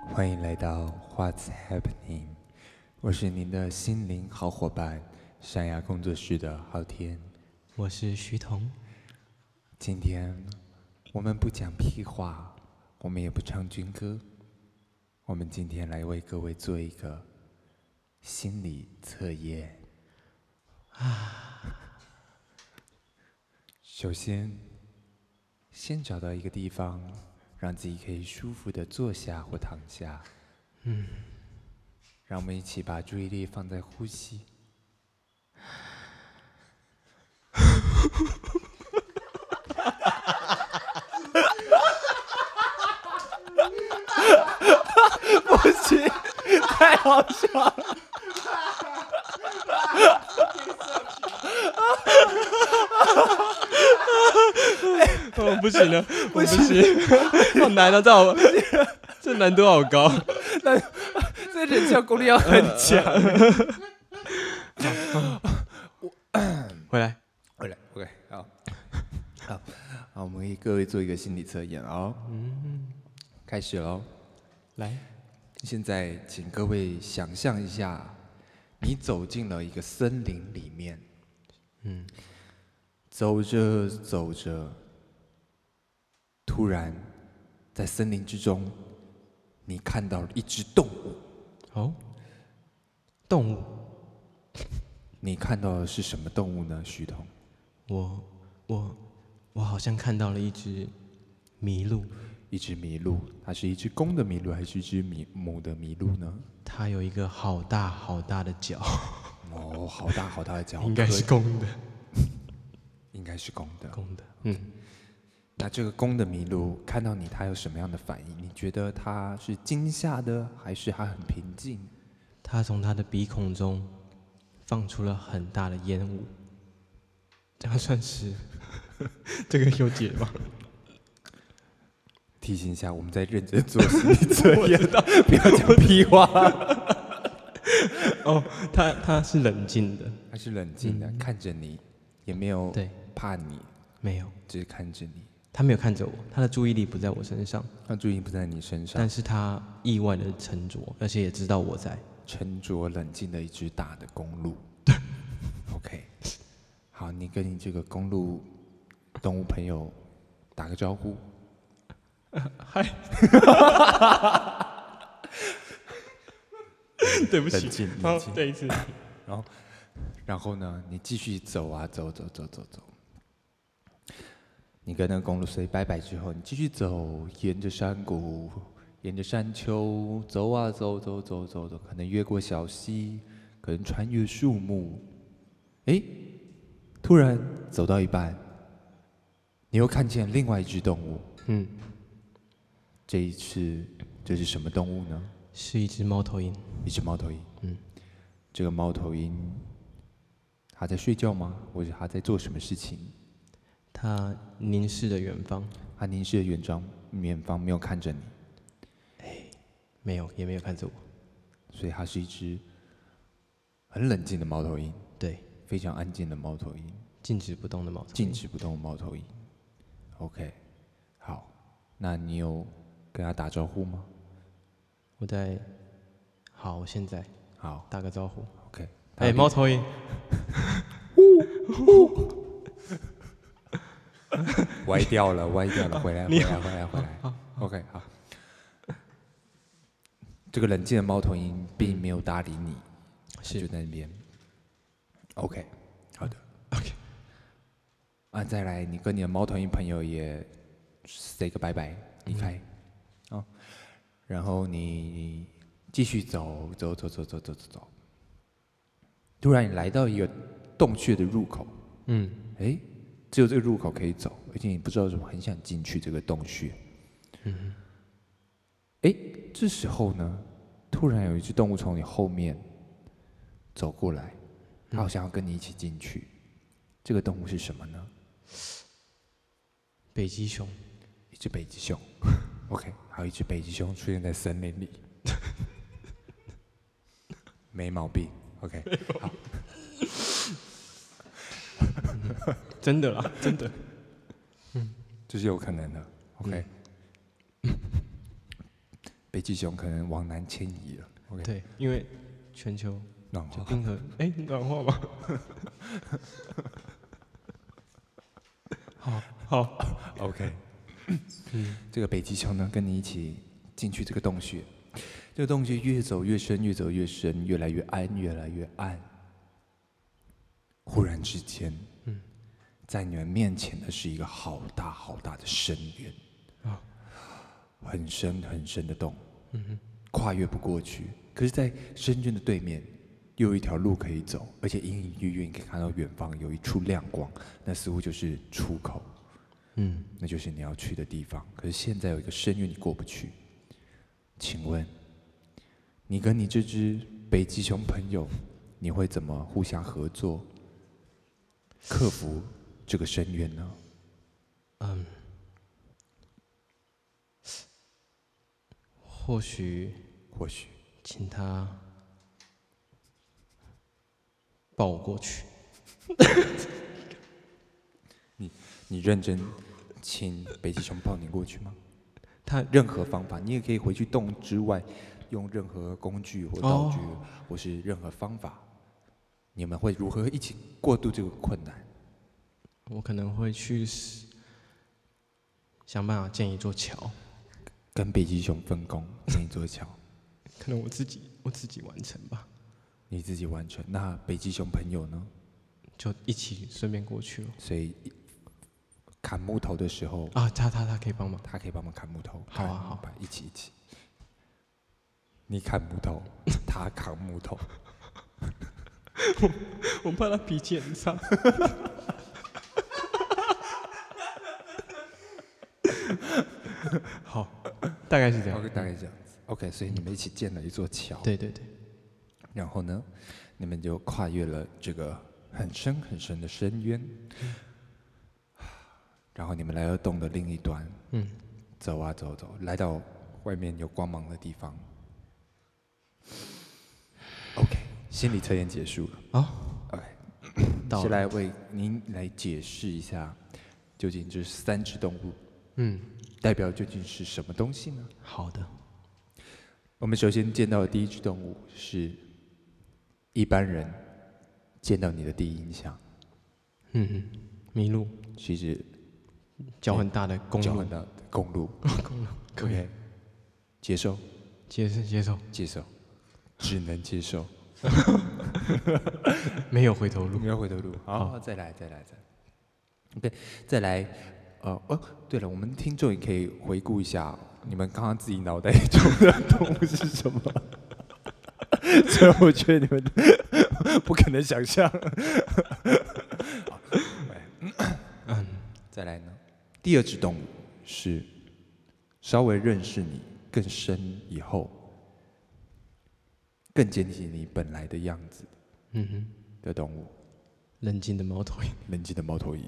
欢迎来到 What's Happening，我是您的心灵好伙伴山崖工作室的昊天。我是徐 彤，今天我们不讲屁话，我们也不唱军歌，我们今天来为各位做一个心理测验啊。首先，先找到一个地方，让自己可以舒服的坐下或躺下。嗯，让我们一起把注意力放在呼吸。不行，太好笑了。我哦不行了，我不行，好难啊！这好，这难度好高。这人效功力啊要很强。 回来，回来，OK，好， 好，好，我们给各位做一个心理测验哦。嗯，开始喽。来，现在请各位想象一下，你走进了一个森林里面，嗯，走着走着，突然在森林之中，你看到了一只动物，哦，动物，你看到的是什么动物呢？徐彤，我我我好像看到了一只麋鹿，一只麋鹿，它是一只公的麋鹿还是一只麋母的麋鹿呢？它有一个好大好大的脚，哦，好大好大的脚，应该是可公的，应该是公的。公的，嗯，那这个公的麋鹿看到你，它有什么样的反应？你觉得它是惊吓的，还是它很平静？它从它的鼻孔中放出了很大的烟雾，这样算是 这个有解吗？提醒一下，我们在认真做心 理测验，不要讲屁话。哦，它它是冷静的，它是冷静的、看着你，也没有嗯对，怕你，没有，只是看着你。它没有看着我，它的注意力不在我身上，它注意不在你身上但，是它意外的沉着，而且也知道我在。沉着冷静的一只大的公鹿。OK，好，你跟你这个公鹿动物朋友打个招呼。嗨， 对不冷起静，好冷，静再一次，然后，然后呢，你继续走啊，走走走走走。你跟那个公路随拜拜之后，你继续走，沿着山谷，沿着山丘走啊走走走走走，可能越过小溪，可能穿越树木。诶，突然走到一半，你又看见另外一只动物，嗯，这一次这是什么动物呢？是一只猫头鹰，一只猫头鹰。嗯，这个猫头鹰，它在睡觉吗？或者它在做什么事情？它凝视着远方，它凝视着远方，远方没有看着你，没有，也没有看着我。所以它是一只很冷静的猫头鹰，对，非常安静的猫头鹰，静止不动的猫头鹰静止不动的猫头鹰。OK，好，那你有跟它打招呼吗？我在，好，我现在好打个招呼。 ，OK。哎、猫头鹰，歪掉 了，歪掉啊了，回来，回来，回来，回来。OK，好。这个冷静的猫头鹰并没有搭理你，它是就在那边。OK，好的。 OK 啊，再来，你跟你的猫头鹰朋友也 say 个拜嗯拜，离开。哦，然后你继续走，走，走，走，走，走，走，走。突然你来到一个洞穴的入口，嗯，诶，只有这个入口可以走，而且你不知道为什么很想进去这个洞穴。嗯，哎，这时候呢，突然有一只动物从你后面走过来，它好像要跟你一起进去，这个动物是什么呢？北极熊，一只北极熊。OK，好，一只北极熊出现在森林里， 没毛病。OK，真的啦，真的。这是有可能的。OK，、北极熊可能往南迁移了。OK， 对，因为全球暖就化。冰河， 哎、暖化吧。 好好， OK，嗯，这个北极熊呢，跟你一起进去这个洞穴，这个洞穴越走越深，越走越深，越来越暗，越来越暗。忽然之间，嗯在你们面前的是一个好大好大的深渊，啊很深很深的洞，嗯哼，跨越不过去。可是，在深渊的对面，又有一条路可以走，而且隐隐约约你可以看到远方有一处亮光，那似乎就是出口。嗯，那就是你要去的地方。可是现在有一个深渊你过不去，请问，你跟你这只北极熊朋友，你会怎么互相合作，克服这个深渊呢？或许或许请他抱我过去。你认真请北极熊抱你过去吗？他任何方法，你也可以回去洞之外，用任何工具或道具，或是任何方法，你们会如何一起过渡这个困难？我可能会去是想办法建一座桥，跟北极熊分工，建一座桥。可能我自己我自己完成吧，你自己完成。那北极熊朋友呢？就一起顺便过去了。所以砍木头的时候，啊，他他他可以帮忙，他可以帮忙砍木头。好啊砍好，一起一起。你砍木头，他扛木 头。 我怕他脾气很差。 好，大概是这样。 OK，大概这样子。OK，所以你们一起建了一座桥。。对对对，然后呢，你们就跨越了这个很深很深的深渊，然后你们来到洞的另一端，嗯，走啊走走，来到外面有光芒的地方。OK，心理测验结束了。啊， OK，到先了，来为您来解释一下，究竟这三只动物嗯，代表究竟是什么东西呢？好的，我们首先见到的第一只动物是一般人见到你的第一印象嗯嗯，麋鹿，是一只脚很大的公交鹿换，的公路。公鹿，可以 OK，接受，接受接受，接受，只能接受，没有回头路。没有回头路。好，再来，再来，再来。OK，再来。呃哦，对了，我们听众也可以回顾一下你们刚刚自己脑袋 中的动物是什么。 虽然我觉得你们 不可能想象。好来嗯再来呢？第二只动物是稍微认识你更深以后，更接近你本来的样子嗯哼，的动物。冷静的猫头鹰，冷静的猫头鹰，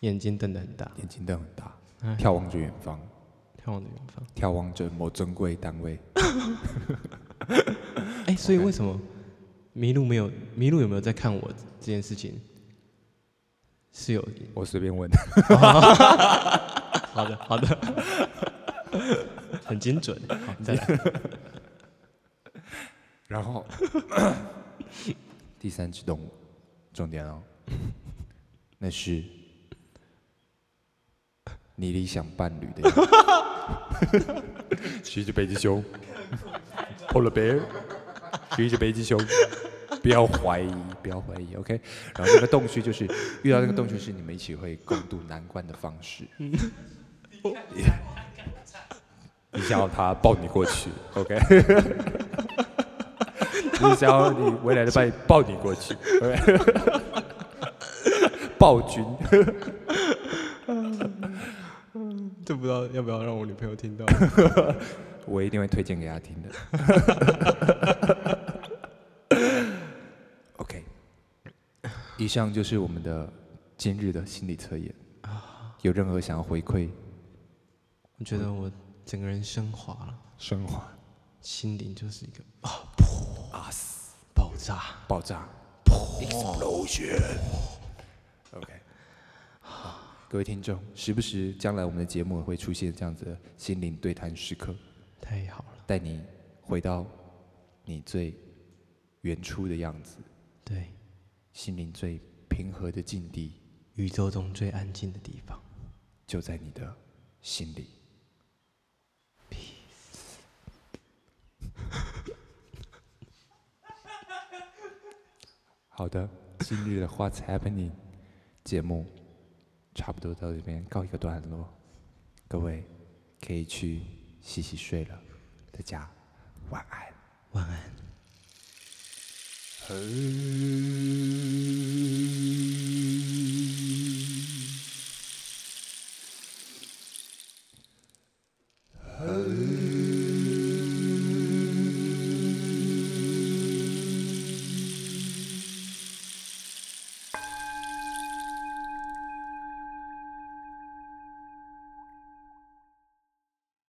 眼睛瞪得很大，眼睛瞪很大，哎眺望着远方，眺望着远方。眺望着某尊贵单位。哎，所以 OK 为什么麋鹿没有麋鹿有没有在看我这件事情？是有，我随便问，好的好的， 很精准。好，再来，然后 第三只动物，重点 哦，那是你理想伴侣的样 子，是一只北极熊，polar bear，是一只北极熊。不要怀疑，不要怀疑，OK。然后那个洞穴就是遇到那个洞穴是你们一起会共度难关的方式。 你想要他抱你过去，OK？你想要你未来的伴侣抱你过去，OK？暴君， 这不知道要不要让我女朋友听到？我一定会推荐给他听的。OK，以上就是我们的今日的心理测验。有任何想要回馈 我觉得我整个人升华了，升华心灵就是一个啊，噗啊爆炸。爆炸 explosion？OK，好各位听众，时不时将来我们的节目也会出现这样子的心灵对谈时刻，太好了，带你回到你最原初的样子，对，心灵最平和的境地宇宙中最安静的地方。就在你的心里。好的，今日的 What's Happening 节目差不多到这边告一个段落，各位可以去洗洗睡了，大家晚安。晚安。嘿